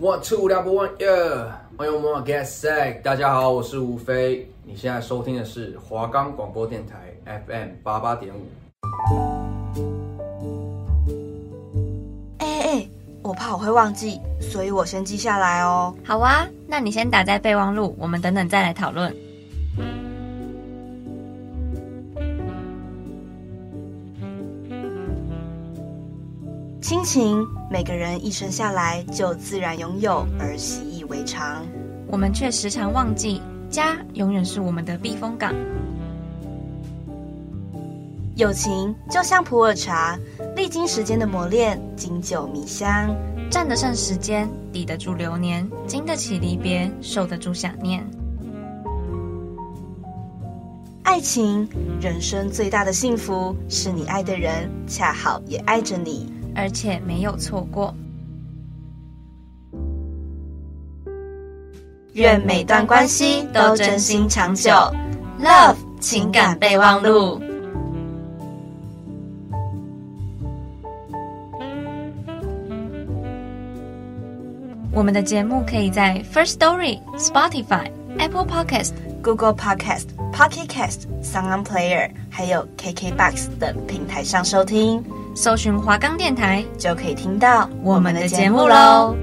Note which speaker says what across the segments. Speaker 1: One two 两不 one yeah，欢迎我们 get sick。大家好，我是吴飞，你现在收听的是华冈广播电台 FM 八八点五。
Speaker 2: 哎哎哎，我怕我会忘记，所以我先记下来哦。
Speaker 3: 好啊，那你先打在备忘录，我们等等再来讨论。
Speaker 2: 亲情，每个人一生下来就自然拥有，而习以为常。
Speaker 3: 我们却时常忘记，家永远是我们的避风港。
Speaker 2: 友情就像普洱茶，历经时间的磨练，经久弥香。
Speaker 3: 站得胜时间，抵得住流年，经得起离别，受得住想念。
Speaker 2: 爱情，人生最大的幸福是你爱的人恰好也爱着你。
Speaker 3: 而且没有错过。
Speaker 2: 愿每段关系都真心长久。Love 情感备忘录。
Speaker 3: 我们的节目可以在 First Story、Spotify、Apple Podcast、
Speaker 2: Google Podcast、Pocket Cast、Sound On Player，还有 KKBox 等平台上收听，
Speaker 3: 搜寻华冈电台，
Speaker 2: 就可以听到
Speaker 3: 我们的节目喽。。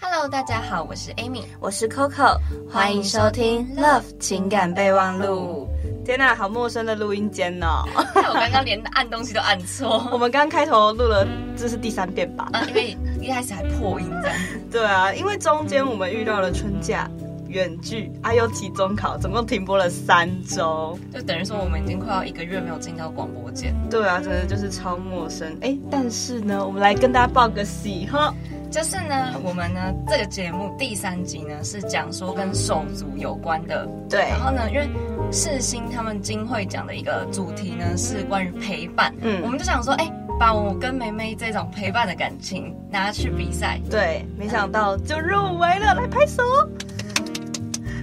Speaker 3: Hello，大家好，我是 Amy。
Speaker 2: 我是 Coco，欢迎收听 Love 情感备忘录。天呐、好陌生的录音间哦！
Speaker 3: 害哎我刚刚连按东西都按
Speaker 4: 我
Speaker 3: 错，
Speaker 4: 们刚开头录了，这是第三遍吧？
Speaker 3: 啊，因为一开始还破音这样子。
Speaker 4: 对啊，因为中间我们遇到了春假、远距，还有期中考，总共停播了三周。
Speaker 3: 就等于说我们已经快要一个月没有进到广播间。
Speaker 4: 对啊，真的就是超陌生。哎，但是呢，我们来跟大家报个喜哈。
Speaker 3: 就是呢，我们呢这个节目第三集呢是讲说跟手足有关的，
Speaker 4: 对
Speaker 3: 然，后呢，因为世新他们金会奖的一个主题呢是关于陪伴，我
Speaker 4: 嗯，
Speaker 3: 们就想说，哎、把我跟梅梅这种陪伴的感情拿去比赛，
Speaker 4: 对，没想到就入围了，来拍手。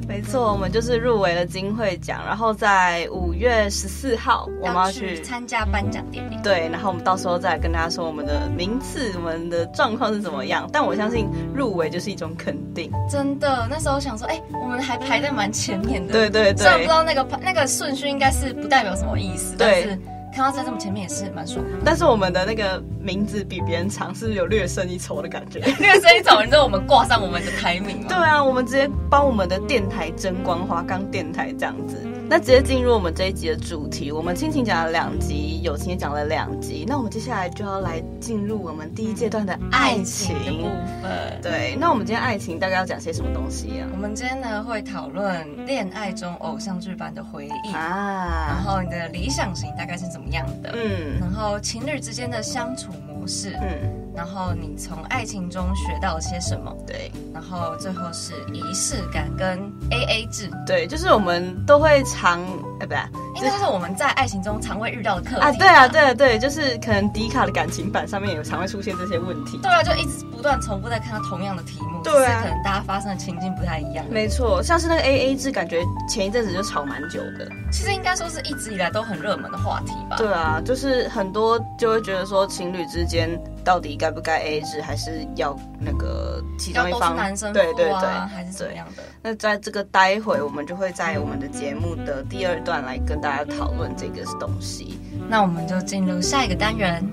Speaker 4: 没错，我们就是入围了金惠奖，然后在五月十四号我们要去
Speaker 3: 参加颁奖典礼。
Speaker 4: 对，然后我们到时候再来跟大家说我们的名次、我们的状况是怎么样。但我相信入围就是一种肯定。
Speaker 3: 真的，那时候想说，哎、我们还排在蛮前面的，
Speaker 4: 对对
Speaker 3: 虽然不
Speaker 4: 对
Speaker 3: 知，道那个那个顺序应该是不代表什么意思，但
Speaker 4: 对
Speaker 3: 是看到在这么前面也是蛮爽的。
Speaker 4: 但是我们的那个名字比别人长，是不是有略胜一筹的感觉？
Speaker 3: 那个声音找人之后，我们挂上我们的排名嘛。
Speaker 4: 对啊，我们直接帮我们的电台争光，华冈电台这样子。那直接进入我们这一集的主题，我们亲情讲了两集，友情也讲了两集，那我们接下来就要来进入我们第一阶段的爱情。
Speaker 3: 的部分。
Speaker 4: 对，那我们今天爱情大概要讲些什么东西
Speaker 3: 我们今天呢会讨论恋爱中偶像剧般的回忆，
Speaker 4: 啊？
Speaker 3: 然
Speaker 4: 啊，
Speaker 3: 后你的理想型大概是怎么样的，
Speaker 4: 嗯
Speaker 3: 然后情侣之间的相处模式，
Speaker 4: 嗯，
Speaker 3: 然后你从爱情中学到了些什么，
Speaker 4: 对。
Speaker 3: 然后最后是仪式感跟 A A 制，
Speaker 4: 对，就是我们都会常，哎、不对啊
Speaker 3: 应该是我们在爱情中常会遇到的课题
Speaker 4: 啊，对啊，。对啊对，就是可能迪卡的感情版上面有常会出现这些问题。
Speaker 3: 对啊，就一直不断重复在看到同样的题目，
Speaker 4: 对啊
Speaker 3: 只是可能大家发生的情境不太一样。
Speaker 4: 没错，像是那个 A A 制，感觉前一阵子就吵蛮久的。
Speaker 3: 其实应该说是一直以来都很热门的话题吧。
Speaker 4: 对啊，就是很多就会觉得说，情侣之间到底该不该 A A 制，还是要那个其
Speaker 3: 要
Speaker 4: 中一
Speaker 3: 都是
Speaker 4: 方
Speaker 3: 男生付啊，
Speaker 4: 对对对。
Speaker 3: 还是怎么样的？
Speaker 4: 那在这个待会，我们就会在我们的节目的第二段来跟大家讨论这个东西。
Speaker 3: 那我们就进入下一个单元。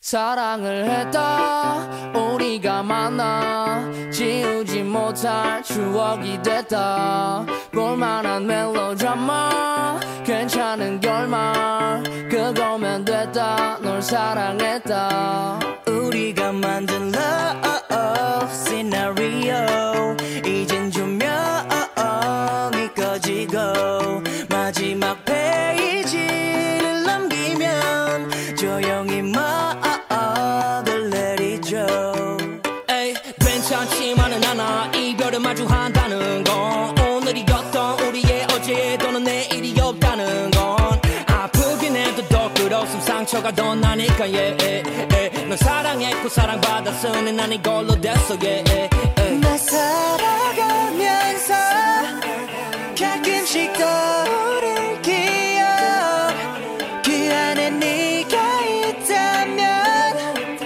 Speaker 5: 사랑을 했다 우리가 만나 지우지 못할 추억이 됐다 볼만한 멜로드라마 괜찮은 결말 그거면 됐다 널 사랑했다 우리가 만든 love scenario 이젠 조명이 꺼지고 마지막 페이지를 넘기면 조용히 막을 내리죠 에이, 괜찮지만은 않아 이별을 마주한다는 건 오늘이 었던 우리의 어제 또는 내일이 없다는 건 아프긴 해도 더 끌었음 상처가 더 나니까 예, 예, 예. 널 사랑했고 사랑받았으니 난 이걸로 됐어 예, 예, 예. 나 살아가면서 가끔씩 떠오른 기억 그 안에 네가 있다면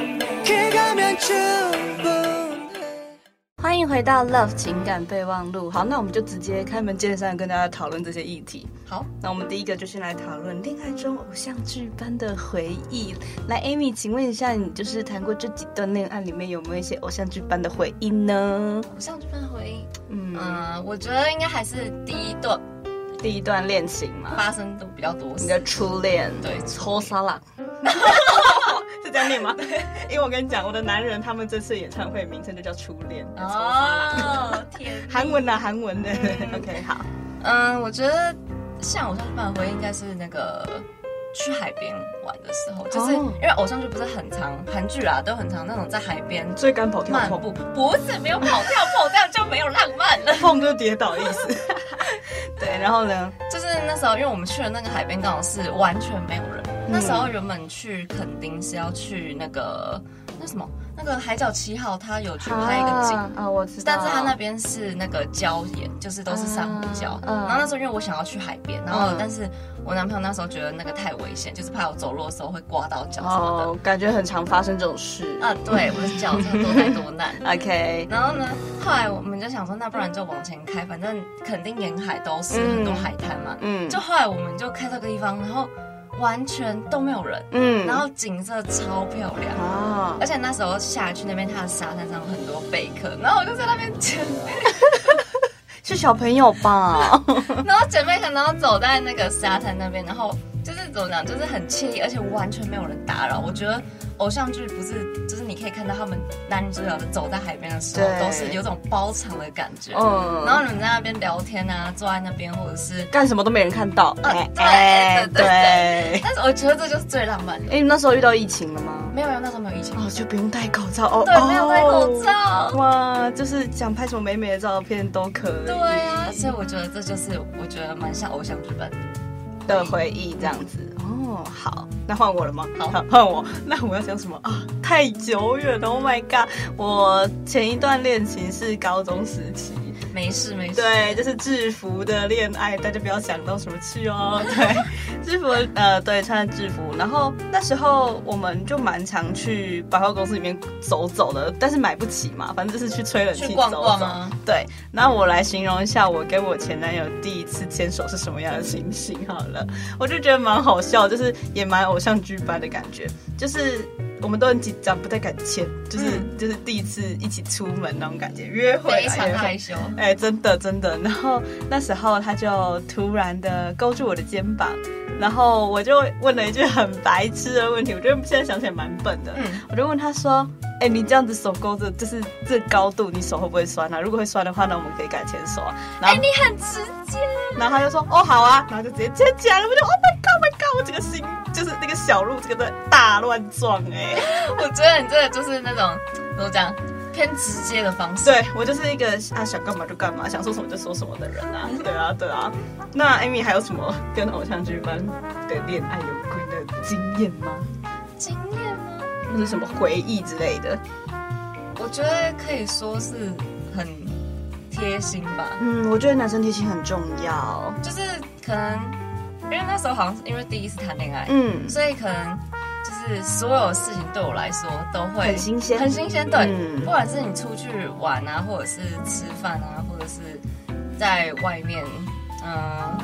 Speaker 5: 충분해
Speaker 4: 欢迎回到 Love 情感备忘录。好，那我们就直接开门见山地跟大家讨论这些议题。
Speaker 3: 好，
Speaker 4: 那我们第一个就先来讨论恋爱中偶像剧般的回忆。来，Amy，请问一下，你就是谈过这几段恋爱里面有没有一些偶像剧般的回忆呢？
Speaker 3: 偶像剧般的回忆，
Speaker 4: 嗯，
Speaker 3: 嗯，我觉得应该还是第一段
Speaker 4: 第一段恋情嘛，
Speaker 3: 发生都比较多
Speaker 4: 你
Speaker 3: 事
Speaker 4: 的。初恋，
Speaker 3: 对
Speaker 4: 抽沙 拉。是这样念 吗？因为我跟你讲，我的男人他们这次演唱会名称就叫初恋，
Speaker 3: 哦，天，
Speaker 4: 韩文啊，韩文的。OK，好，
Speaker 3: 嗯，我觉得像偶像剧般的回忆应该是那个去海边玩的时候，就是
Speaker 4: 哦
Speaker 3: 因为偶像剧不是很长，韩剧啊都很长那种在海边
Speaker 4: 追赶跑跳
Speaker 3: 漫
Speaker 4: 碰
Speaker 3: 步，不是没有跑跳 碰，这样就没有浪漫了。
Speaker 4: 碰就是跌倒的意 思。对，然后呢？
Speaker 3: 就是那时候，因为我们去的那个海边刚好是完全没有人。那时
Speaker 4: 嗯
Speaker 3: 候原本去垦丁是要去那个那什么那个海角七号，他有去拍一个景，
Speaker 4: 啊啊，我知道。
Speaker 3: 但是他那边是那个礁岩，就是都是珊瑚礁。
Speaker 4: 嗯
Speaker 3: 然后那时候因为我想要去海边，然后
Speaker 4: 嗯
Speaker 3: 但是我男朋友那时候觉得那个太危险，就是怕我走路的时候会刮到脚什么的。
Speaker 4: 哦，感觉很常发生这种事。
Speaker 3: 啊，对，我的脚真的多灾多难。
Speaker 4: OK，
Speaker 3: 然后呢，后来我们就想说，那不然就往前开，反正肯定沿海都是
Speaker 4: 嗯
Speaker 3: 很多海滩嘛。
Speaker 4: 嗯，
Speaker 3: 就后来我们就开这个地方，然后完全都没有人，
Speaker 4: 嗯
Speaker 3: 然后景色超漂亮。
Speaker 4: 啊
Speaker 3: 而，且那时候下去那边，它的沙滩上有很多贝壳，然后我就在那边捡，
Speaker 4: 是小朋友 吧？
Speaker 3: 然后捡贝壳，然后走在那个沙滩那边，然后就是怎么讲，就是很惬意，而且完全没有人打扰。我觉得偶像剧不是，就是你可以看到他们男女主角的走在海边的时候，
Speaker 4: 对
Speaker 3: 都是有种包场的感觉。
Speaker 4: 嗯，
Speaker 3: 然后你们在那边聊天啊，坐在那边，或者是，
Speaker 4: 干什么都没人看到。
Speaker 3: 啊
Speaker 4: 哎
Speaker 3: 对
Speaker 4: 哎
Speaker 3: 对对
Speaker 4: 对。
Speaker 3: 但是我觉得这就是最浪漫的。
Speaker 4: 哎，你那时候遇到疫情了吗？
Speaker 3: 没有没有，那时候没有疫情，
Speaker 4: 哦，就不用戴口罩哦。
Speaker 3: 对，没有戴口罩。
Speaker 4: 哦。哇，就是想拍什么美美的照片都可以。
Speaker 3: 对啊，所以我觉得这就是我觉得蛮像偶像剧本的。
Speaker 4: 的回忆这样子。哦，好，那换我了吗？
Speaker 3: 好
Speaker 4: 换我。那我要讲什么啊？太久远了，Oh my god！我前一段恋情是高中时期，
Speaker 3: 没事没事，
Speaker 4: 对，就是制服的恋爱，大家不要想到什么去哦。 对，制服呃，对，穿着制服，然后那时候我们就蛮常去百货公司里面走走的，但是买不起嘛，反正就是去吹冷气
Speaker 3: 去逛
Speaker 4: 走
Speaker 3: 逛
Speaker 4: 走
Speaker 3: 啊。
Speaker 4: 对，那我来形容一下我跟我前男友第一次牵手是什么样的情形好了，我就觉得蛮好笑，就是也蛮偶像剧般的感觉，就是我们都很紧张，不太敢牵，就是、就是第一次一起出门那种感觉，约会啊
Speaker 3: 嗯非常
Speaker 4: 约会
Speaker 3: 害羞。
Speaker 4: 哎、真的真的。然后那时候他就突然的勾住我的肩膀，然后我就问了一句很白痴的问题，我觉得现在想起来蛮笨的。
Speaker 3: 嗯
Speaker 4: 我就问他说：“哎、你这样子手勾着，就是这高度，你手会不会酸啊？如果会酸的话，那我们可以改牵手啊。”然后、
Speaker 3: 哎你很直接，
Speaker 4: 然后他就说：“哦，好啊。”然后就直接牵起来了。我就 Oh my God, oh my God！我整个心就是那个小鹿，这个在大乱撞哎、
Speaker 3: 我觉得你这个就是那种怎么讲偏直接的方式。
Speaker 4: 对我就是一个啊，想干嘛就干嘛，想说什么就说什么的人啊。对啊，对啊。那 Amy 还有什么跟偶像剧般的恋爱有关的经验吗？
Speaker 3: 经验吗？
Speaker 4: 或者什么回忆之类的？
Speaker 3: 我觉得可以说是很贴心吧，
Speaker 4: 嗯，我觉得男生贴心很重要。
Speaker 3: 就是可能因为那时候好像是因为第一次谈恋爱，
Speaker 4: 嗯，
Speaker 3: 所以可能就是所有事情对我来说都会
Speaker 4: 很新鲜
Speaker 3: 很新鲜。对，
Speaker 4: 嗯
Speaker 3: 不管是你出去玩啊，或者是吃饭啊，或者是在外面，嗯、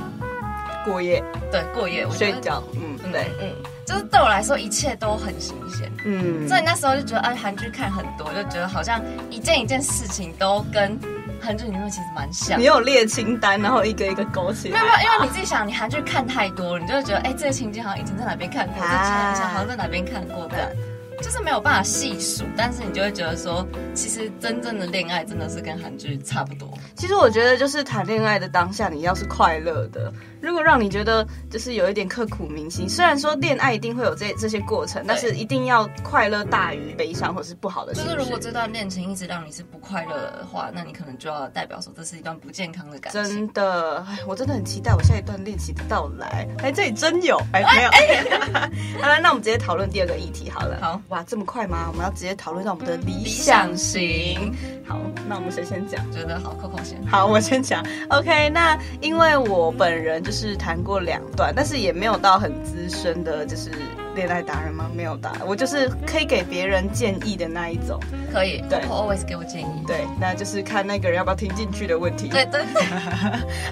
Speaker 4: 过夜、
Speaker 3: 对，过夜，我觉得
Speaker 4: 睡，觉，嗯，
Speaker 3: 嗯
Speaker 4: 对，，
Speaker 3: 嗯，就是对我来说一切都很新鲜。
Speaker 4: 嗯，
Speaker 3: 所以那时候就觉得，哎、韩剧看很多，就觉得好像一件一件事情都跟韩剧里面其实蛮像
Speaker 4: 你。有列清单，然后一个一个勾起
Speaker 3: 没
Speaker 4: 来
Speaker 3: 有。没有，因为你自己想，你韩剧看太多，你就会觉得，哎、这个情节好像以前在哪边看过，这个情节好像在哪边看过的，就是没有办法细数，但是你就会觉得说，其实真正的恋爱真的是跟韩剧差不多。
Speaker 4: 其实我觉得，就是谈恋爱的当下，你要是快乐的，如果让你觉得就是有一点刻骨铭心，虽然说恋爱一定会有这这些过程，但是一定要快乐大于悲伤或是不好的
Speaker 3: 就
Speaker 4: 情绪。
Speaker 3: 是如果这段恋情一直让你是不快乐的话，那你可能就要代表说这是一段不健康的感情。
Speaker 4: 真的，哎，我真的很期待我下一段恋情的到来。哎，这里真有，哎，没有。 好了，那我们直接讨论第二个议题好了。
Speaker 3: 哎好，
Speaker 4: 哇，这么快吗？我们要直接讨论到我们的理
Speaker 3: 理
Speaker 4: 想
Speaker 3: 想
Speaker 4: 型
Speaker 3: 型。
Speaker 4: 好，那我们谁先讲？
Speaker 3: 觉得好扣扣先。
Speaker 4: 好，我先讲。OK，那因为我本人就是谈过两段，但是也没有到很资深的，就是恋爱达人吗？没有达人，我就是可以给别人建议的那一种。
Speaker 3: 可以，
Speaker 4: 对
Speaker 3: 婆婆 always 给我建议。
Speaker 4: 对，那就是看那个人要不要听进去的问题。
Speaker 3: 对对对，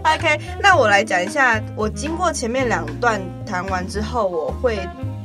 Speaker 4: OK，那我来讲一下，我经过前面两段谈完之后，我会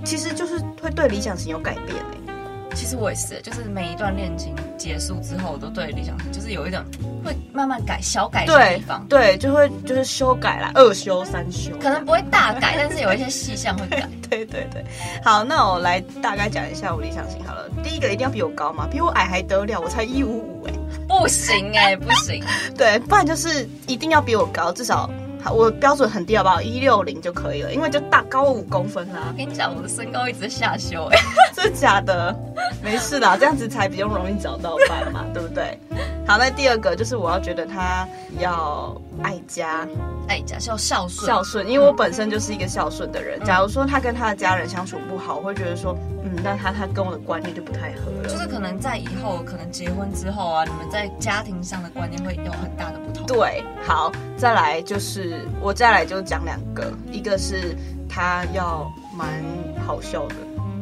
Speaker 4: 其实就是会对理想型有改变、欸、
Speaker 3: 其实我也是，就是每一段恋情结束之后，我都对理想型就是有一种会慢慢改小改的
Speaker 4: 对
Speaker 3: 地方，
Speaker 4: 对，就会就是修改啦，二修三修，
Speaker 3: 可能不会大改， 但是有一些细项会改。
Speaker 4: 对对对。好，那我来大概讲一下我理想型好了。第一个一定要比我高嘛，比我矮还得了？我才一五五哎，
Speaker 3: 不行哎、不行，
Speaker 4: 对，不然就是一定要比我高，至少好我标准很低好不好？一六零就可以了，因为就大高我五公分啦、
Speaker 3: 我跟你讲，我的身高一直下修哎、
Speaker 4: 真的假的？没事啦，这样子才比较容易找到伴嘛，对不对？好，那第二个就是我要觉得他要爱家、
Speaker 3: 哎，假笑孝顺，
Speaker 4: 孝顺，因为我本身就是一个孝顺的人。假如说他跟他的家人相处不好，我会觉得说，嗯，那他他跟我的观念就不太合
Speaker 3: 就
Speaker 4: 了。
Speaker 3: 是可能在以后，可能结婚之后啊，你们在家庭上的观念会有很大的不同。
Speaker 4: 对，好，再来就是我再来就讲两个，一个是他要蛮好笑的，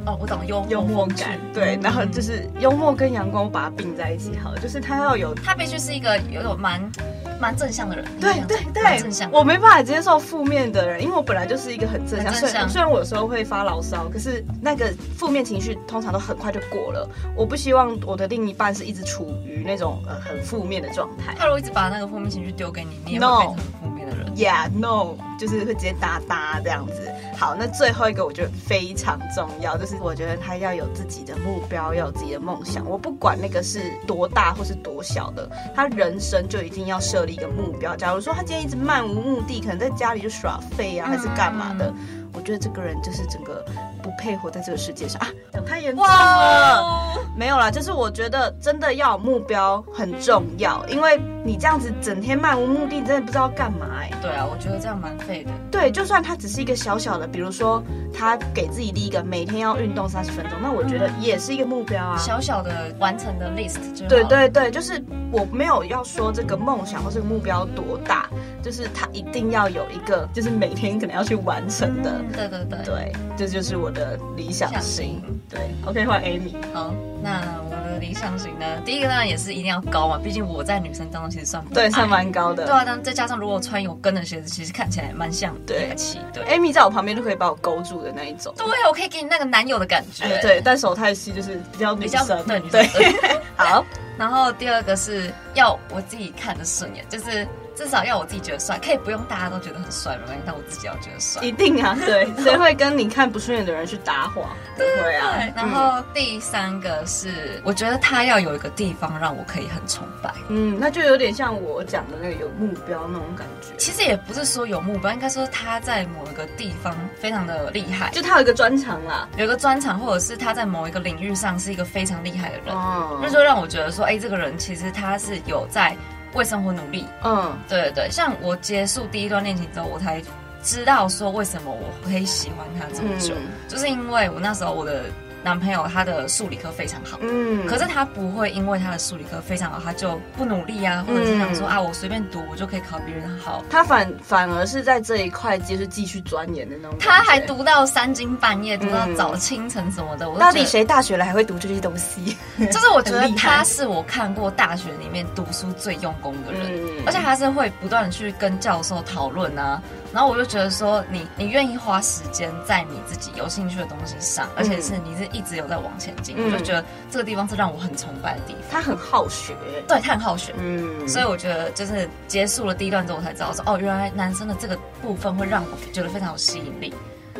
Speaker 3: 哦，我懂幽
Speaker 4: 幽默
Speaker 3: 风趣
Speaker 4: 感，对，
Speaker 3: 嗯
Speaker 4: 然后就是幽默跟阳光我把它并在一起，好了，就是他要有
Speaker 3: 他必须是一个有种蛮蛮正向的人，
Speaker 4: 对
Speaker 3: 蛮
Speaker 4: 对
Speaker 3: 蛮正
Speaker 4: 对
Speaker 3: 向，的。
Speaker 4: 我没办法接受负面的人，因为我本来就是一个很正向，
Speaker 3: 很
Speaker 4: 虽
Speaker 3: 正
Speaker 4: 然
Speaker 3: 向
Speaker 4: 虽然我有时候会发牢骚，可是那个负面情绪通常都很快就过了。我不希望我的另一半是一直处于那种呃很负面的状态。
Speaker 3: 他如果一直把那个负面情绪丢给你，你也会
Speaker 4: No
Speaker 3: 变成很负面的人。
Speaker 4: Yeah, no，就是会直接哒哒这样子。好，那最后一个我觉得非常重要，就是我觉得他要有自己的目标，要有自己的梦想。我不管那个是多大或是多小的，他人生就一定要设立一个目标。假如说他今天一直漫无目的，可能在家里就耍废啊，还是干嘛的，我觉得这个人就是整个不配活在这个世界上啊，讲太严重了。
Speaker 3: 哇，
Speaker 4: 没有啦，就是我觉得真的要有目标很重要，因为你这样子整天漫无目的，你真的不知道干嘛哎、
Speaker 3: 对啊，我觉得这样蛮废的。
Speaker 4: 对，就算他只是一个小小的，比如说他给自己立一个每天要运动三十分钟，那我觉得也是一个目标啊。
Speaker 3: 嗯小小的完成的 list 就好
Speaker 4: 对，对对，就是我没有要说这个梦想或这个目标多大，就是他一定要有一个，就是每天可能要去完成的。
Speaker 3: 对对对。
Speaker 4: 对，这就是我的理想
Speaker 3: 嗯想
Speaker 4: 型
Speaker 3: 型。
Speaker 4: 对，OK，换 Amy。
Speaker 3: 好，那我的理想型呢？第一个当然也是一定要高嘛，毕竟我在女生当中其实算不
Speaker 4: 对，
Speaker 3: 矮
Speaker 4: 算蛮高的。
Speaker 3: 对啊，但再加上如果我穿有跟的鞋子，其实看起来蛮像
Speaker 4: 对哎
Speaker 3: 一起。对，
Speaker 4: Amy 在我旁边就可以把我勾住的那一种。
Speaker 3: 对，我可以给你那个男友的感觉。
Speaker 4: 哎对，但手太细就是比较女
Speaker 3: 比较
Speaker 4: 生。
Speaker 3: 对女生
Speaker 4: 对， 好，
Speaker 3: 然后第二个是要我自己看得顺眼，就是至少要我自己觉得帅，可以不用大家都觉得很帅没关系，但我自己要觉得帅。
Speaker 4: 一定啊， 对，谁会跟你看不顺眼的人去搭话？不会啊
Speaker 3: 对，。然后第三个是，我觉得他要有一个地方让我可以很崇拜。
Speaker 4: 嗯，嗯，那就有点像我讲的那个有目标那种感觉，
Speaker 3: 其实也不是说有目标，应该说他在某一个地方非常的厉害，
Speaker 4: 就他有一个专长啦。
Speaker 3: 有一个专长，或者是他在某一个领域上是一个非常厉害的人，那
Speaker 4: 哦，
Speaker 3: 就让我觉得说，哎，这个人其实他是有在为生活努力。
Speaker 4: 嗯，
Speaker 3: 对对对，像我结束第一段恋情之后，我才知道说为什么我可以喜欢他这么久，
Speaker 4: 嗯
Speaker 3: 就是因为我那时候我的男朋友他的数理科非常好。
Speaker 4: 嗯，
Speaker 3: 可是他不会因为他的数理科非常好，他就不努力啊，或者是想说、啊，我随便读我就可以考别人好。
Speaker 4: 他反反而是在这一块就是继续钻研的那种。
Speaker 3: 他还。读到三更半夜，读到
Speaker 4: 嗯
Speaker 3: 早清晨什么的，我都
Speaker 4: 到
Speaker 3: 觉
Speaker 4: 底
Speaker 3: 得？
Speaker 4: 谁大学了还会读这些东西？
Speaker 3: 就是我觉得
Speaker 4: 很厉害
Speaker 3: 他是我看过大学里面读书最用功的人，
Speaker 4: 嗯
Speaker 3: 而且他是会不断的去跟教授讨论啊。然后我就觉得说你，你愿意花时间在你自己有兴趣的东西上，而且是你是一直有在往前进，
Speaker 4: 嗯
Speaker 3: 我就觉得这个地方是让我很崇拜的地方。
Speaker 4: 他很好学，
Speaker 3: 对，他很好学，
Speaker 4: 嗯，
Speaker 3: 所以我觉得就是结束了第一段之后，我才知道说，哦，原来男生的这个部分会让我觉得非常有吸引力。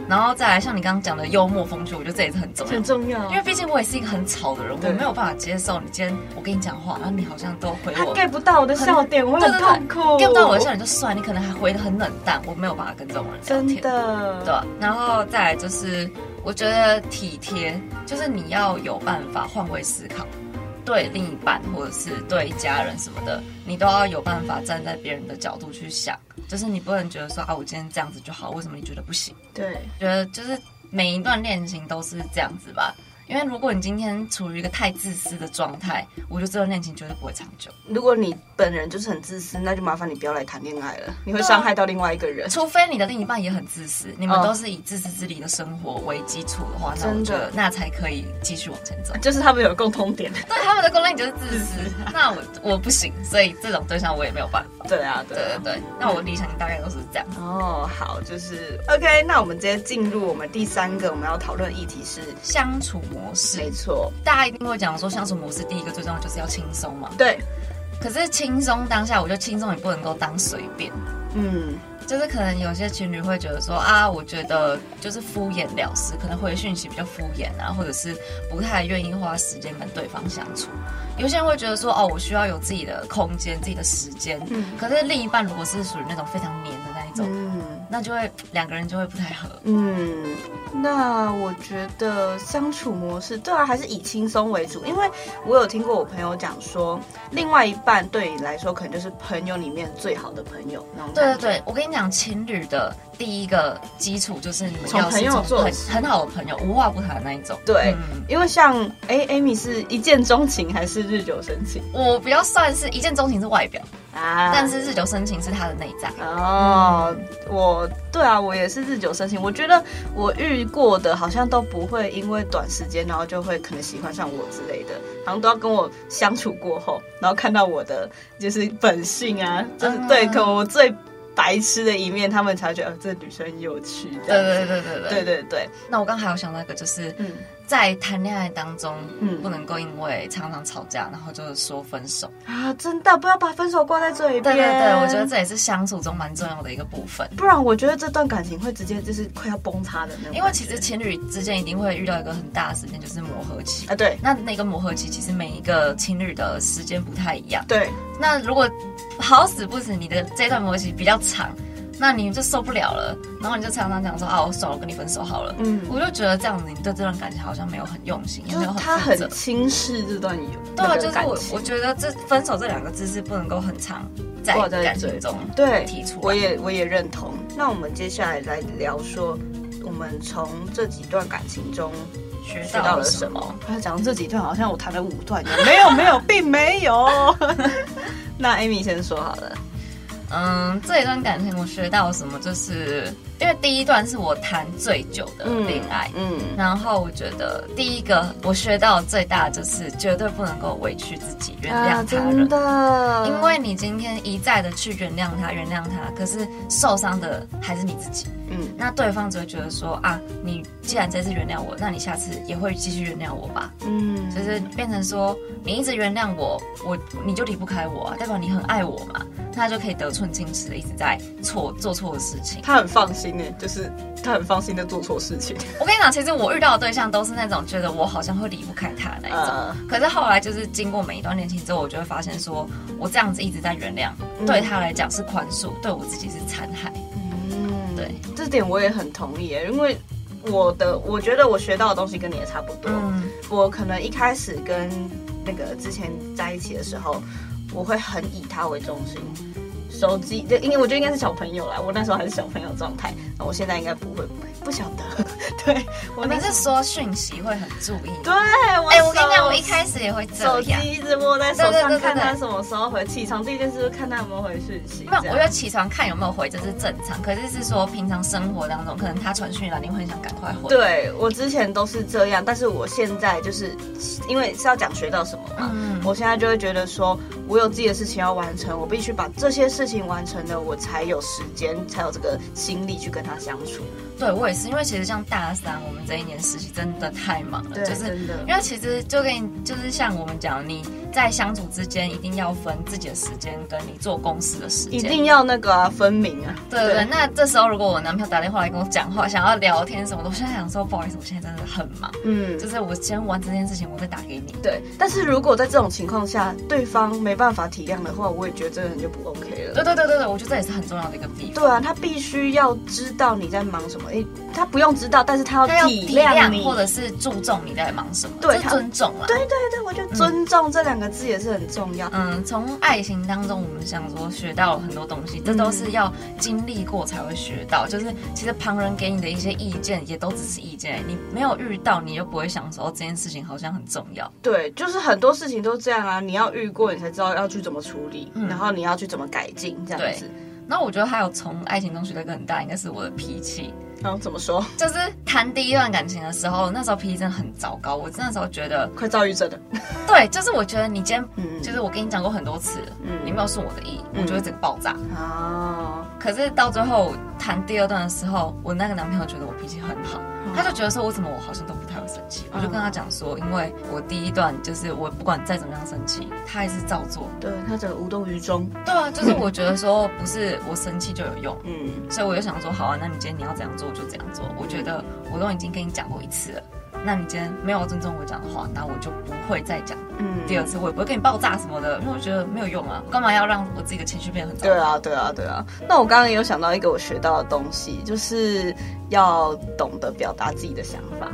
Speaker 3: 然后再来像你刚刚讲的幽默风趣，我觉得这也是很重要
Speaker 4: 很。重要
Speaker 3: 因。为毕竟我也是一个很吵的人，我
Speaker 4: 对
Speaker 3: 没有办法接受你今天我跟你讲话，然后你好像都回
Speaker 4: 他
Speaker 3: 我
Speaker 4: get 不到我的笑点，我很痛苦。
Speaker 3: get 不到我的笑点就算，你可能还回的很冷淡，我没有办法跟这种人聊
Speaker 4: 真
Speaker 3: 天。
Speaker 4: 的。
Speaker 3: 对，然后再来就是，我觉得体贴就是你要有办法换位思考，对另一半或者是对家人什么的，你都要有办法站在别人的角度去想，就是你不能觉得说啊，我今天这样子就好，为什么你觉得不行？
Speaker 4: 对，
Speaker 3: 觉得就是每一段恋情都是这样子吧。因为如果你今天处于一个太自私的状态，我就知道恋情绝对不会长久。
Speaker 4: 如果你本人就是很自私，那就麻烦你不要来谈恋爱了，你会伤害到另外一个人。
Speaker 3: 除非你的另一半也很自私，你们
Speaker 4: 嗯
Speaker 3: 都是以自私自利的生活为基础的话，那
Speaker 4: 真
Speaker 3: 我
Speaker 4: 的
Speaker 3: 觉得那才可以继续往前走。
Speaker 4: 就是他们有共通点。
Speaker 3: 对，他们的共同点就是自私， 那我我不行，所以这种对象我也没有办法。
Speaker 4: 对啊，对
Speaker 3: 对对
Speaker 4: 啊。
Speaker 3: 对，那我理想大概都是这样。
Speaker 4: 哦，好，就是 OK。那我们直接进入我们第三个我们要讨论的议题是，
Speaker 3: 相处模式
Speaker 4: 没，错，
Speaker 3: 大家一定会讲说相处模式第一个最重要就是要轻松嘛。
Speaker 4: 对，
Speaker 3: 可是轻松当下，我觉得轻松也不能够当随便。
Speaker 4: 嗯，
Speaker 3: 就是可能有些情侣会觉得说啊，我觉得就是敷衍了事，可能回讯息比较敷衍啊，或者是不太愿意花时间跟对方相处。有些人会觉得说哦，我需要有自己的空间、自己的时间。
Speaker 4: 嗯
Speaker 3: 可是另一半如果是属于那种非常黏的那一种，
Speaker 4: 嗯
Speaker 3: 那就会两个人就会不太合。
Speaker 4: 嗯。那我觉得相处模式，对啊，还是以轻松为主，因为我有听过我朋友讲说，另外一半对你来说可能就是朋友里面最好的朋友那种
Speaker 3: 对
Speaker 4: 感
Speaker 3: 对
Speaker 4: 觉。
Speaker 3: 对，我跟你讲，情侣的第一个基础就是你们
Speaker 4: 从
Speaker 3: 要是
Speaker 4: 朋友
Speaker 3: 从
Speaker 4: 做
Speaker 3: 很
Speaker 4: 起
Speaker 3: 很好的朋友，无话不谈的那一种。
Speaker 4: 对
Speaker 3: 嗯
Speaker 4: 因为像哎，Amy 是一见钟情还是日久生情
Speaker 3: 我比较算是一见钟情是外表，
Speaker 4: 啊
Speaker 3: 但是日久生情是他的内在。
Speaker 4: 哦，我对啊，我也是日久生情。我觉得我遇过的好像都不会因为短时间，然后就会可能喜欢上我之类的，好像都要跟我相处过后，然后看到我的就是本性啊，就是
Speaker 3: 嗯
Speaker 4: 对，可能我最白痴的一面，他们才觉得、呃、这女生有趣。这
Speaker 3: 对
Speaker 4: 样子
Speaker 3: 对对对对
Speaker 4: 对对对，
Speaker 3: 那我刚还有想到一个，就是
Speaker 4: 嗯
Speaker 3: 在谈恋爱当中，
Speaker 4: 嗯
Speaker 3: 不能够因为常常吵架，然后就是说分手。
Speaker 4: 啊，真的不要把分手挂在嘴边。
Speaker 3: 对对对，我觉得这也是相处中蛮重要的一个部分。
Speaker 4: 不然我觉得这段感情会直接就是快要崩塌的那种感觉。
Speaker 3: 因为其实情侣之间一定会遇到一个很大的时间，就是磨合期。
Speaker 4: 啊，对
Speaker 3: 那那个磨合期，其实每一个情侣的时间不太一样。
Speaker 4: 对，
Speaker 3: 那如果好死不死你的这段磨合期比较长，那你就受不了了，然后你就常常讲说啊，我爽了，我跟你分手好了。
Speaker 4: 嗯。
Speaker 3: 我就觉得这样子，你对这段感情好像没有很用心，也
Speaker 4: 就
Speaker 3: 没
Speaker 4: 是
Speaker 3: 有
Speaker 4: 他
Speaker 3: 负
Speaker 4: 很
Speaker 3: 责。
Speaker 4: 轻视这段友，
Speaker 3: 对
Speaker 4: 那
Speaker 3: 啊，就
Speaker 4: 个
Speaker 3: 是
Speaker 4: 感
Speaker 3: 我
Speaker 4: 情
Speaker 3: 我觉得这分手这两个字是不能够很长在
Speaker 4: 挂在
Speaker 3: 感
Speaker 4: 嘴
Speaker 3: 情中
Speaker 4: 对
Speaker 3: 提出来。
Speaker 4: 我也我也认同。那我们接下来来聊说，我们从这几段感情中
Speaker 3: 学
Speaker 4: 学
Speaker 3: 到
Speaker 4: 到了
Speaker 3: 了什
Speaker 4: 什
Speaker 3: 么
Speaker 4: 么？？他讲这几段好像我谈了五段一样，没有没 有，并没有。 那 Amy 先说好了，
Speaker 3: 嗯，这一段感情我学到了什么？就是因为第一段是我谈最久的恋爱，
Speaker 4: 嗯
Speaker 3: 然后我觉得第一个我学到最大的就是绝对不能够委屈自己，原谅他
Speaker 4: 啊真
Speaker 3: 人。
Speaker 4: 的，
Speaker 3: 因为你今天一再的去原谅他，原谅他，可是受伤的还是你自己。
Speaker 4: 嗯
Speaker 3: 那对方只会觉得说啊，你既然这次原谅我，那你下次也会继续原谅我吧？
Speaker 4: 嗯
Speaker 3: 就是变成说，你一直原谅我，我你就离不开我、啊，代表你很爱我嘛，那就可以得寸进尺的一直在错做错的事情。
Speaker 4: 他很放心哎，就是他很放心的做错事 情，
Speaker 3: 我跟你讲，其实我遇到的对象都是那种觉得我好像会离不开他那一种。
Speaker 4: 呃，
Speaker 3: 可是后来就是经过每一段恋情之后，我就会发现说，我这样子一直在原谅，对他来讲是宽恕，对我自己是残害。
Speaker 4: 嗯
Speaker 3: 对，
Speaker 4: 这点我也很同意耶，因为我的我觉得我学到的东西跟你也差不多。
Speaker 3: 嗯，
Speaker 4: 我可能一开始跟那个之前在一起的时候，我会很以他为中心。手机，对，因为我觉得应该是小朋友啦，我那时候还是小朋友状态，那我现在应该不会，不晓得。 对我
Speaker 3: 我
Speaker 4: 那
Speaker 3: 们
Speaker 4: 时
Speaker 3: 是说讯息会很注意。
Speaker 4: 对，我
Speaker 3: 哎、我跟你讲，
Speaker 4: 手
Speaker 3: 我一开始也会这
Speaker 4: 手机
Speaker 3: 样。
Speaker 4: 一直握在手
Speaker 3: 对对对
Speaker 4: 上，
Speaker 3: 对
Speaker 4: 看他
Speaker 3: 对
Speaker 4: 什么时候回，起床第一件事就是看他有没有回讯息。
Speaker 3: 没有，
Speaker 4: 这
Speaker 3: 我
Speaker 4: 样
Speaker 3: 觉得起床看有没有回这是正常，可是是说平常生活当中，可能他传讯来，你会很想赶快回。，
Speaker 4: 对我之前都是这样，但是我现在就是因为是要讲学到什么嘛，
Speaker 3: 嗯，
Speaker 4: 我现在就会觉得说，我有自己的事情要完成，我必须把这些事情完成了，我才有时间，才有这个心力去跟他相处。
Speaker 3: 对我也是，因为其实像大三，我们这一年实习真的太忙了，就是。
Speaker 4: 真的
Speaker 3: 因为其实就跟你就是像我们讲，你在相处之间一定要分自己的时间跟你做公司的时间，
Speaker 4: 一定要那个、啊、分明啊。
Speaker 3: 对对对。那这时候如果我男朋友打电话来跟我讲话，想要聊天什么的，我现在想说不好意思，我现在真的很忙，
Speaker 4: 嗯
Speaker 3: 就，是我先完这件事情，我再打给你。
Speaker 4: 对。但是如果在这种情况下，对方没办法体谅的话，我也觉得这个人就不 OK 了。
Speaker 3: 对对对对对，我觉得这也是很重要的一个地方。
Speaker 4: 对啊，他必须要知道你在忙什么，诶他不用知道，但是他要
Speaker 3: 他要
Speaker 4: 体
Speaker 3: 体
Speaker 4: 谅
Speaker 3: 谅
Speaker 4: 你，
Speaker 3: 或者是注重你在忙什么，
Speaker 4: 对
Speaker 3: 这
Speaker 4: 他
Speaker 3: 尊重啦。
Speaker 4: 对对对，我觉得尊重这两个字也是很重要。
Speaker 3: 嗯，从爱情当中，我们想说学到很多东西，这都是要经历过才会学到。就是其实旁人给你的一些意见，也都只是意见，你没有遇到，你就不会想说这件事情好像很重要。
Speaker 4: 对，就是很多事情都这样啊，你要遇过，你才知道要去怎么处理，
Speaker 3: 嗯
Speaker 4: 然后你要去怎么改进，这样子。
Speaker 3: 那我觉得还有从爱情中学到一个很大，应该是我的脾气。
Speaker 4: 然后怎么说？
Speaker 3: 就是谈第一段感情的时候，那时候脾气真的很糟糕。我那时候觉得，
Speaker 4: 快躁郁症的，
Speaker 3: 对，就是我觉得你今天，
Speaker 4: 嗯
Speaker 3: 就是我跟你讲过很多次，你没有顺我的意，我就会整个爆炸。
Speaker 4: 哦，
Speaker 3: 可是到最后谈第二段的时候，我那个男朋友觉得我脾气很好，他就觉得说我怎么我好像都不太会生气。我就跟他讲说，因为我第一段就是我不管再怎么样生气，他还是照做。
Speaker 4: 对他整个无动于衷，
Speaker 3: 对啊，就是我觉得说不是我生气就有用，
Speaker 4: 嗯，
Speaker 3: 所以我就想说，好啊，那你今天你要怎样做我就怎样做。我觉得我都已经跟你讲过一次了。那你今天没有尊重我讲的话，那我就不会再讲
Speaker 4: 嗯
Speaker 3: 第二次，我也不会跟你爆炸什么的，因为我觉得没有用啊，我干嘛要让我自己的情绪变得很糟
Speaker 4: 对啊，对啊，对啊。那我刚刚也有想到一个我学到的东西，就是要懂得表达自己的想法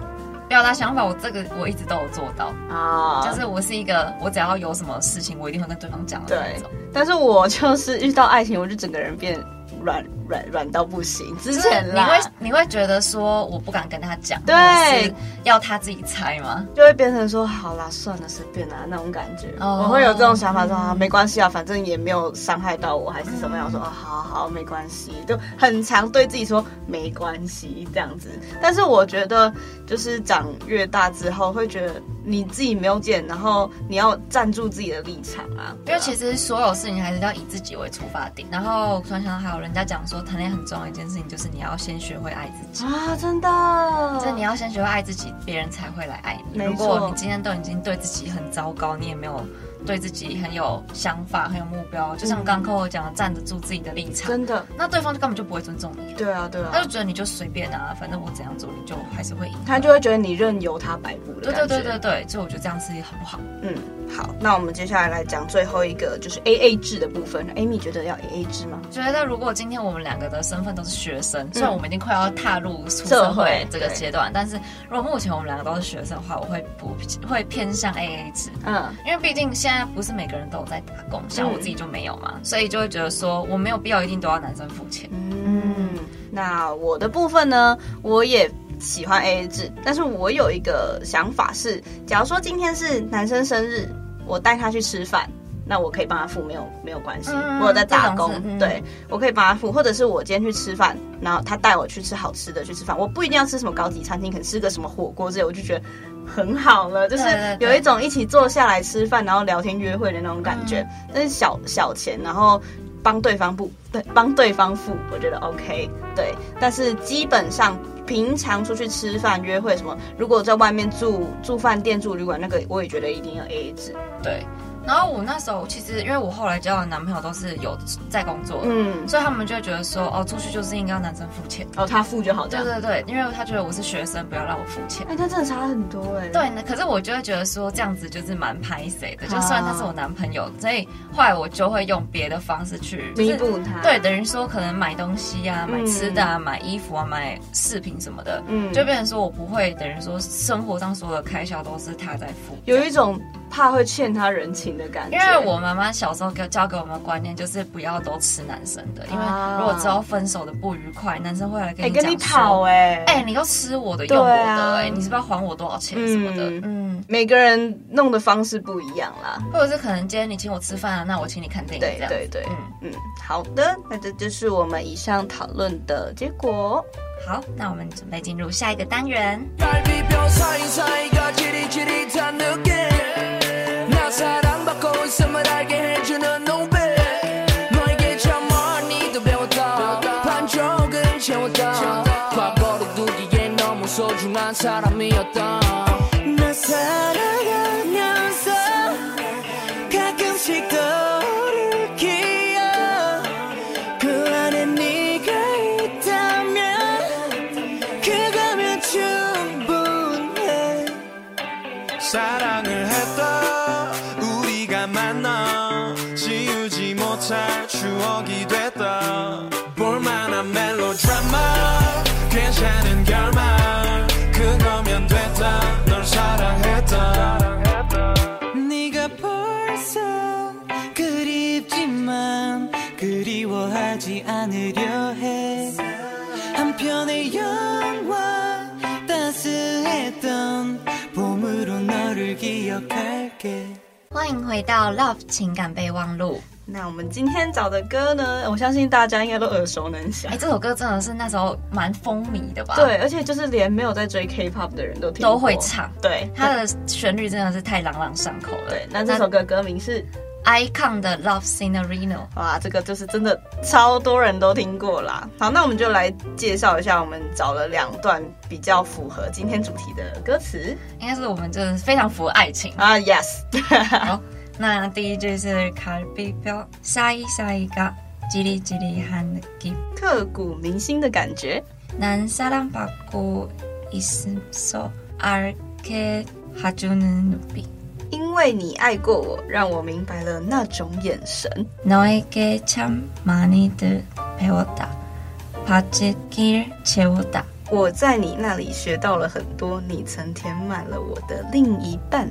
Speaker 3: 表达想法，我这个我一直都有做到，
Speaker 4: 啊
Speaker 3: 就是我是一个，我只要有什么事情，我一定会跟对方讲的那
Speaker 4: 对
Speaker 3: 种。，
Speaker 4: 但是我就是遇到爱情，我就整个人变软软软到不行。之
Speaker 3: 就是
Speaker 4: 前
Speaker 3: 你
Speaker 4: 啦
Speaker 3: 会，你会觉得说我不敢跟他讲，
Speaker 4: 对
Speaker 3: 或者是要他自己猜吗？
Speaker 4: 就会变成说好啦，算了，随便啦那种感觉。
Speaker 3: 哦嗯
Speaker 4: 我会有这种想法说啊，没关系啊，反正也没有伤害到我，还是怎么样。我说啊，好好，没关系，就很常对自己说没关系这样子。但是我觉得，就是长越大之后，会觉得你自己没有见，然后你要站住自己的立场啊。
Speaker 3: 因为其
Speaker 4: 实
Speaker 3: 实所有事情还是要以自己为出发点。然后突然想到，还有人家讲说，谈恋爱很重要的一件事情就是你要先学会爱自己，
Speaker 4: 啊，真
Speaker 3: 就是
Speaker 4: 的，
Speaker 3: 你要先学会爱自己，别人才会来爱你。
Speaker 4: 哦没
Speaker 3: 如果
Speaker 4: 错
Speaker 3: 你今天都已经对自己很糟糕，你也没有对自己很有想法、很有目标，就像刚刚跟我讲的，站得住自己的立场，
Speaker 4: 嗯真的，
Speaker 3: 那对方就根本就不会尊重你啊。
Speaker 4: 对啊，对啊。
Speaker 3: 他就觉得你就随便啊，反正我怎样做你就还是会赢。
Speaker 4: 他就会觉得你任由他摆布的
Speaker 3: 对
Speaker 4: 感觉。
Speaker 3: 对对对对，所以我觉得这样是很不好。
Speaker 4: 嗯，好，那我们接下来来讲最后一个就是 A A 制的部分。Amy 觉得要 A A 制吗？
Speaker 3: 觉得如果今天我们两个的身份都是学生，虽然我们已经快要踏入出社
Speaker 4: 嗯社会
Speaker 3: 会这个阶段，但是如果目前我们两个都是学生的话，我会不会偏向 AA 制。
Speaker 4: 嗯，
Speaker 3: 因为毕竟现在不是每个人都有在打工，像我自己就没有嘛，所以就会觉得说我没有必要一定都要男生付钱。
Speaker 4: 嗯，那我的部分呢，我也喜欢 AA 制，但是我有一个想法是，假如说今天是男生生日，我带他去吃饭。那我可以帮他付，没有没有关系。
Speaker 3: 嗯
Speaker 4: 我有在打工
Speaker 3: 这种，事
Speaker 4: 对我可以帮他付，或者是我今天去吃饭，然后他带我去吃好吃的，去吃饭。我不一定要吃什么高级餐厅，可能吃个什么火锅之类，我就觉得很好了。就是
Speaker 3: 对对对
Speaker 4: 有一种一起坐下来吃饭，然后聊天约会的那种感觉。
Speaker 3: 嗯
Speaker 4: 但是小小钱，然后帮对方付，对，帮对方付，我觉得 OK，对。但是基本上平常出去吃饭、约会什么，如果在外面住住饭店、住旅馆，那个我也觉得一定要 AA 制。
Speaker 3: 对，然后我那时候其实因为我后来交的男朋友都是有在工作的，
Speaker 4: 嗯，
Speaker 3: 所以他们就会觉得说哦，出去就是应该要男生付钱。
Speaker 4: 哦，他付就好，这
Speaker 3: 对
Speaker 4: 样。
Speaker 3: 对对，因为他觉得我是学生，不要让我付钱。
Speaker 4: 哎、那真的差很多哎、
Speaker 3: 对，可是我就会觉得说这样子就是蛮拍谁
Speaker 4: 啊
Speaker 3: 的，就虽然他是我男朋友，所以后来我就会用别的方式去
Speaker 4: 弥。补他。
Speaker 3: 就是对，等于说可能买东西啊、买吃的啊、买衣服啊、买饰品什么的，
Speaker 4: 嗯
Speaker 3: 就变成说我不会，等于说生活上所有的开销都是他在付。
Speaker 4: 有一种怕会欠他人情的感觉。
Speaker 3: 因为我妈妈小时候给教给我们的观念就是不要都吃男生的，因为
Speaker 4: 啊
Speaker 3: 如果之后分手的不愉快，男生会来跟
Speaker 4: 哎、
Speaker 3: 你讲
Speaker 4: 跟
Speaker 3: 说，
Speaker 4: 你讨哎、
Speaker 3: 哎、你又吃我的，用我
Speaker 4: 对啊
Speaker 3: 的、哎、你是不是要还我多少钱什么的？嗯，
Speaker 4: 每个人弄的方式不一样啦。
Speaker 3: 或者是可能今天你请我吃饭啊，那我请你看电影
Speaker 4: 对
Speaker 3: 这样。
Speaker 4: 对对，
Speaker 3: 嗯，
Speaker 4: 嗯，好的，那这就是我们以上讨论的结果。
Speaker 3: 好，那我们准备进入下一个单元。
Speaker 5: 갈비뼈 사이사이가 지릿지릿한 느낌 나 사랑받고 있음을 알게 해주는 노래 너에게 참 많이도 배웠다 반쪽은 채웠다 과거를 두기에 너무 소중한 사람이었다 나 살아가면서 가끔씩 떠오를 기억 그 안에 네가 있다면 그거면 충분해
Speaker 6: 사랑을 했다 우리가 만나 지우지 못할 추억이 됐다 볼만한 멜로드라마 괜찮아 사랑했다
Speaker 5: 네가 벌써 그립지만 그리워하지 않으려 해 한편의 영화 따스했던 봄으로 너를 기억할게
Speaker 3: 欢迎回到 Love 情感备 忘录。
Speaker 4: 那我们今天找的歌呢，我相信大家应该都耳熟能详
Speaker 3: 哎、。这首歌真的是那时候蛮风靡的吧？，
Speaker 4: 对，而且就是连没有在追 K-pop 的人都听过
Speaker 3: 都会唱
Speaker 4: 对，
Speaker 3: 它的旋律真的是太朗朗上口了。
Speaker 4: 对。那这首歌歌名是
Speaker 3: Icon 的 Love Scenario。
Speaker 4: 哇，这个就是真的超多人都听过啦。好，那我们就来介绍一下，我们找了两段比较符合今天主题的歌词
Speaker 3: 应该是我们就是非常符合爱情。
Speaker 4: 啊。Yes，
Speaker 3: 好，那第一句是卡比标下一下一个叽里叽里喊的叽，
Speaker 4: 刻骨铭心的感觉。
Speaker 3: 난사랑받고있음서알게해주는눈빛
Speaker 4: 因为你爱过我，让我明白了那种眼神。
Speaker 3: 너에게참많이들배웠다바짓길채우다
Speaker 4: 我在你那里学到了很多，你曾填满了我的另一半。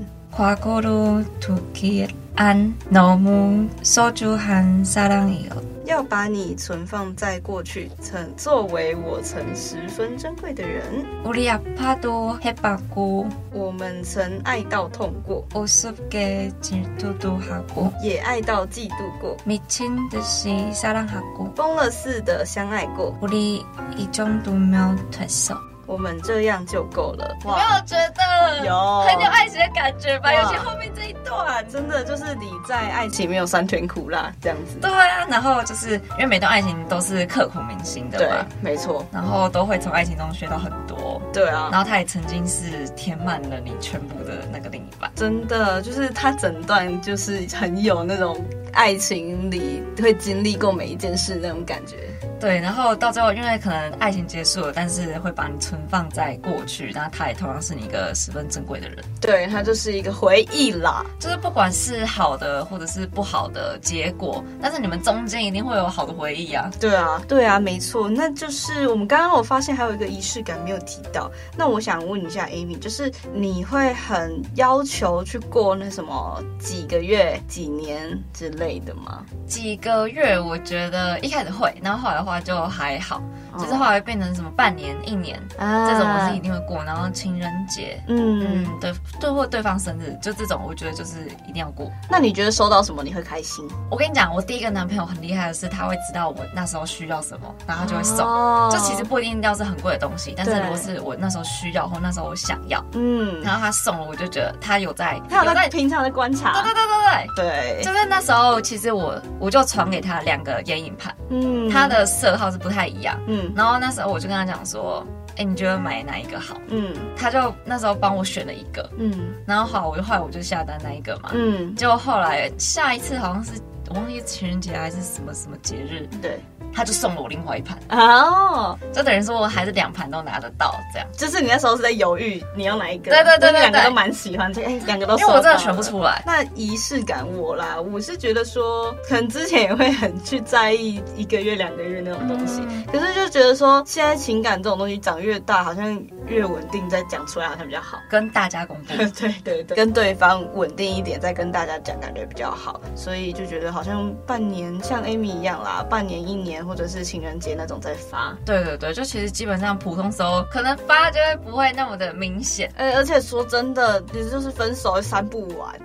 Speaker 3: 과거로 두길 안 너무 소중한 사랑이요.
Speaker 4: 要把你存放在过去，曾作为我曾十分珍贵的人。
Speaker 3: 우리 아파도 해봤고
Speaker 4: 我们曾爱到痛过，
Speaker 3: 우습게 질투도 하고
Speaker 4: 也爱到嫉妒过，
Speaker 3: 미친 듯이 사랑하고
Speaker 4: 疯了似的相爱过。
Speaker 3: 우리 이 정도면 됐어.
Speaker 4: 我们这样就够了。
Speaker 3: 有没有觉得
Speaker 4: 有
Speaker 3: 很有爱情的感觉吧？
Speaker 4: 哇
Speaker 3: 尤其后面这一段。
Speaker 4: 啊真的就是你在爱情没有酸甜苦辣这样子。
Speaker 3: 对啊，然后就是因为每段爱情都是刻骨铭心的嘛，
Speaker 4: 啊没错，
Speaker 3: 然后都会从爱情中学到很多。
Speaker 4: 对啊。
Speaker 3: 然后他也曾经是填满了你全部的那个另一半。
Speaker 4: 真的就是他整段就是很有那种爱情里会经历过每一件事那种感觉。
Speaker 3: 对，然后到最后，因为可能爱情结束了，但是会把你存放在过去，然后他也同样是你一个十分珍贵的人。
Speaker 4: 对，它就是一个回忆啦。
Speaker 3: 就是不管是好的或者是不好的结果，但是你们中间一定会有好的回忆啊。
Speaker 4: 对啊，对啊，没错，那就是我们刚刚我发现还有一个仪式感没有提到。那我想问一下 Amy，就是你会很要求去过那什么几个月、几年之类的吗？
Speaker 3: 几个月，我觉得一开始会，然后后来的话就还好，就是后来变成什么半年、一年、
Speaker 4: 哦啊
Speaker 3: 这种，我是一定会过。然后情人节，
Speaker 4: 嗯，
Speaker 3: 嗯，对，对或对方生日，就这种，我觉得就是一定要过。
Speaker 4: 那你觉得收到什么你会开心？
Speaker 3: 我跟你讲，我第一个男朋友很厉害的是，他会知道我那时候需要什么，然后他就会送。
Speaker 4: 哦
Speaker 3: 就其实不一定要是很贵的东西，但是
Speaker 4: 对
Speaker 3: 如果是我那时候需要或那时候我想要，
Speaker 4: 嗯，
Speaker 3: 然后他送了，我就觉得他有在，
Speaker 4: 还有在平常的观察，
Speaker 3: 对对对对对，
Speaker 4: 对
Speaker 3: 就是那时候，其实我我就传给他两个眼影盘，
Speaker 4: 嗯
Speaker 3: 它的色号是不太一样。
Speaker 4: 嗯
Speaker 3: 然后那时候我就跟他讲说，哎、你觉得买哪一个好？
Speaker 4: 嗯
Speaker 3: 他就那时候帮我选了一个，
Speaker 4: 嗯
Speaker 3: 然后好，我就后来我就下单那一个嘛。
Speaker 4: 嗯，
Speaker 3: 结果后来下一次好像是我忘记是情人节还是什么什么节日，
Speaker 4: 对，
Speaker 3: 他就送了我另外一盘，
Speaker 4: 哦，
Speaker 3: 就等于说我还是两盘都拿得到这样，
Speaker 4: 就是你那时候是在犹豫你要哪一个，
Speaker 3: 对对对对
Speaker 4: 但是两个
Speaker 3: 对
Speaker 4: 都蛮喜欢，这哎两个都
Speaker 3: 因为我真的
Speaker 4: 收到
Speaker 3: 选
Speaker 4: 了
Speaker 3: 不出来。
Speaker 4: 那仪式感我啦，我是觉得说，可能之前也会很去在意一个月、两个月那种东西，
Speaker 3: 嗯
Speaker 4: 可是就觉得说，现在情感这种东西长越大，好像越稳定，再讲出来好像比较好。
Speaker 3: 跟大家 公布，
Speaker 4: 对对对，跟对方稳定一点，再跟大家讲，感觉比较好。所以就觉得好像半年，像 Amy 一样啦，半年、一年，或者是情人节那种再发。
Speaker 3: 对对对，就其实基本上普通时候可能发就会不会那么的明显，
Speaker 4: 哎、而且说真的，你就是分手删不完，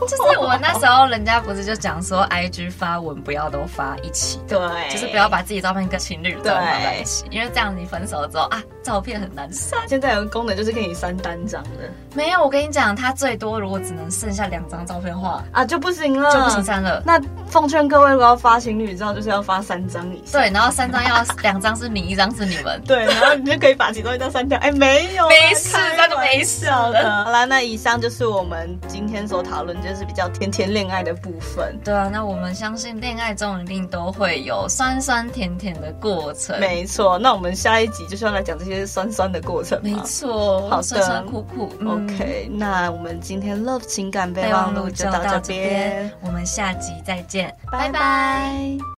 Speaker 3: 就是我那时候，人家不是就讲说，IG 发文不要都发一起的，
Speaker 4: 对，
Speaker 3: 就是不要。把自己照片跟情侣的照片放在一起，因为这样你分手之后啊，照片很难删。
Speaker 4: 现在有个功能就是可以删单张的
Speaker 3: 没有，我跟你讲，他最多如果只能剩下两张照片的话，
Speaker 4: 啊，就不行了，
Speaker 3: 就不行删了。
Speaker 4: 那奉劝各位，如果要发情侣照，就是要发三张以上。
Speaker 3: 对，然后三张要两张是你，一张是你们。
Speaker 4: 对，然后你就可以把其中一张删掉。哎，没有啊，
Speaker 3: 没事
Speaker 4: 开
Speaker 3: 那就
Speaker 4: 玩
Speaker 3: 没事
Speaker 4: 笑的。
Speaker 3: 了
Speaker 4: 好啦，那以上就是我们今天所讨论，就是比较甜甜恋爱的部分。
Speaker 3: 对啊，那我们相信恋爱中一定都会有酸酸甜甜的过程。
Speaker 4: 没错，那我们下一集就是要来讲这些酸酸的过程
Speaker 3: 没
Speaker 4: 嘛。
Speaker 3: 错，
Speaker 4: 好的
Speaker 3: 酸酸苦苦。嗯
Speaker 4: OK，那我们今天 Love 情感备
Speaker 3: 备
Speaker 4: 忘
Speaker 3: 忘
Speaker 4: 录
Speaker 3: 录
Speaker 4: 就
Speaker 3: 就
Speaker 4: 到
Speaker 3: 到
Speaker 4: 这
Speaker 3: 这
Speaker 4: 边
Speaker 3: 边，，我们下集再见，
Speaker 4: 拜拜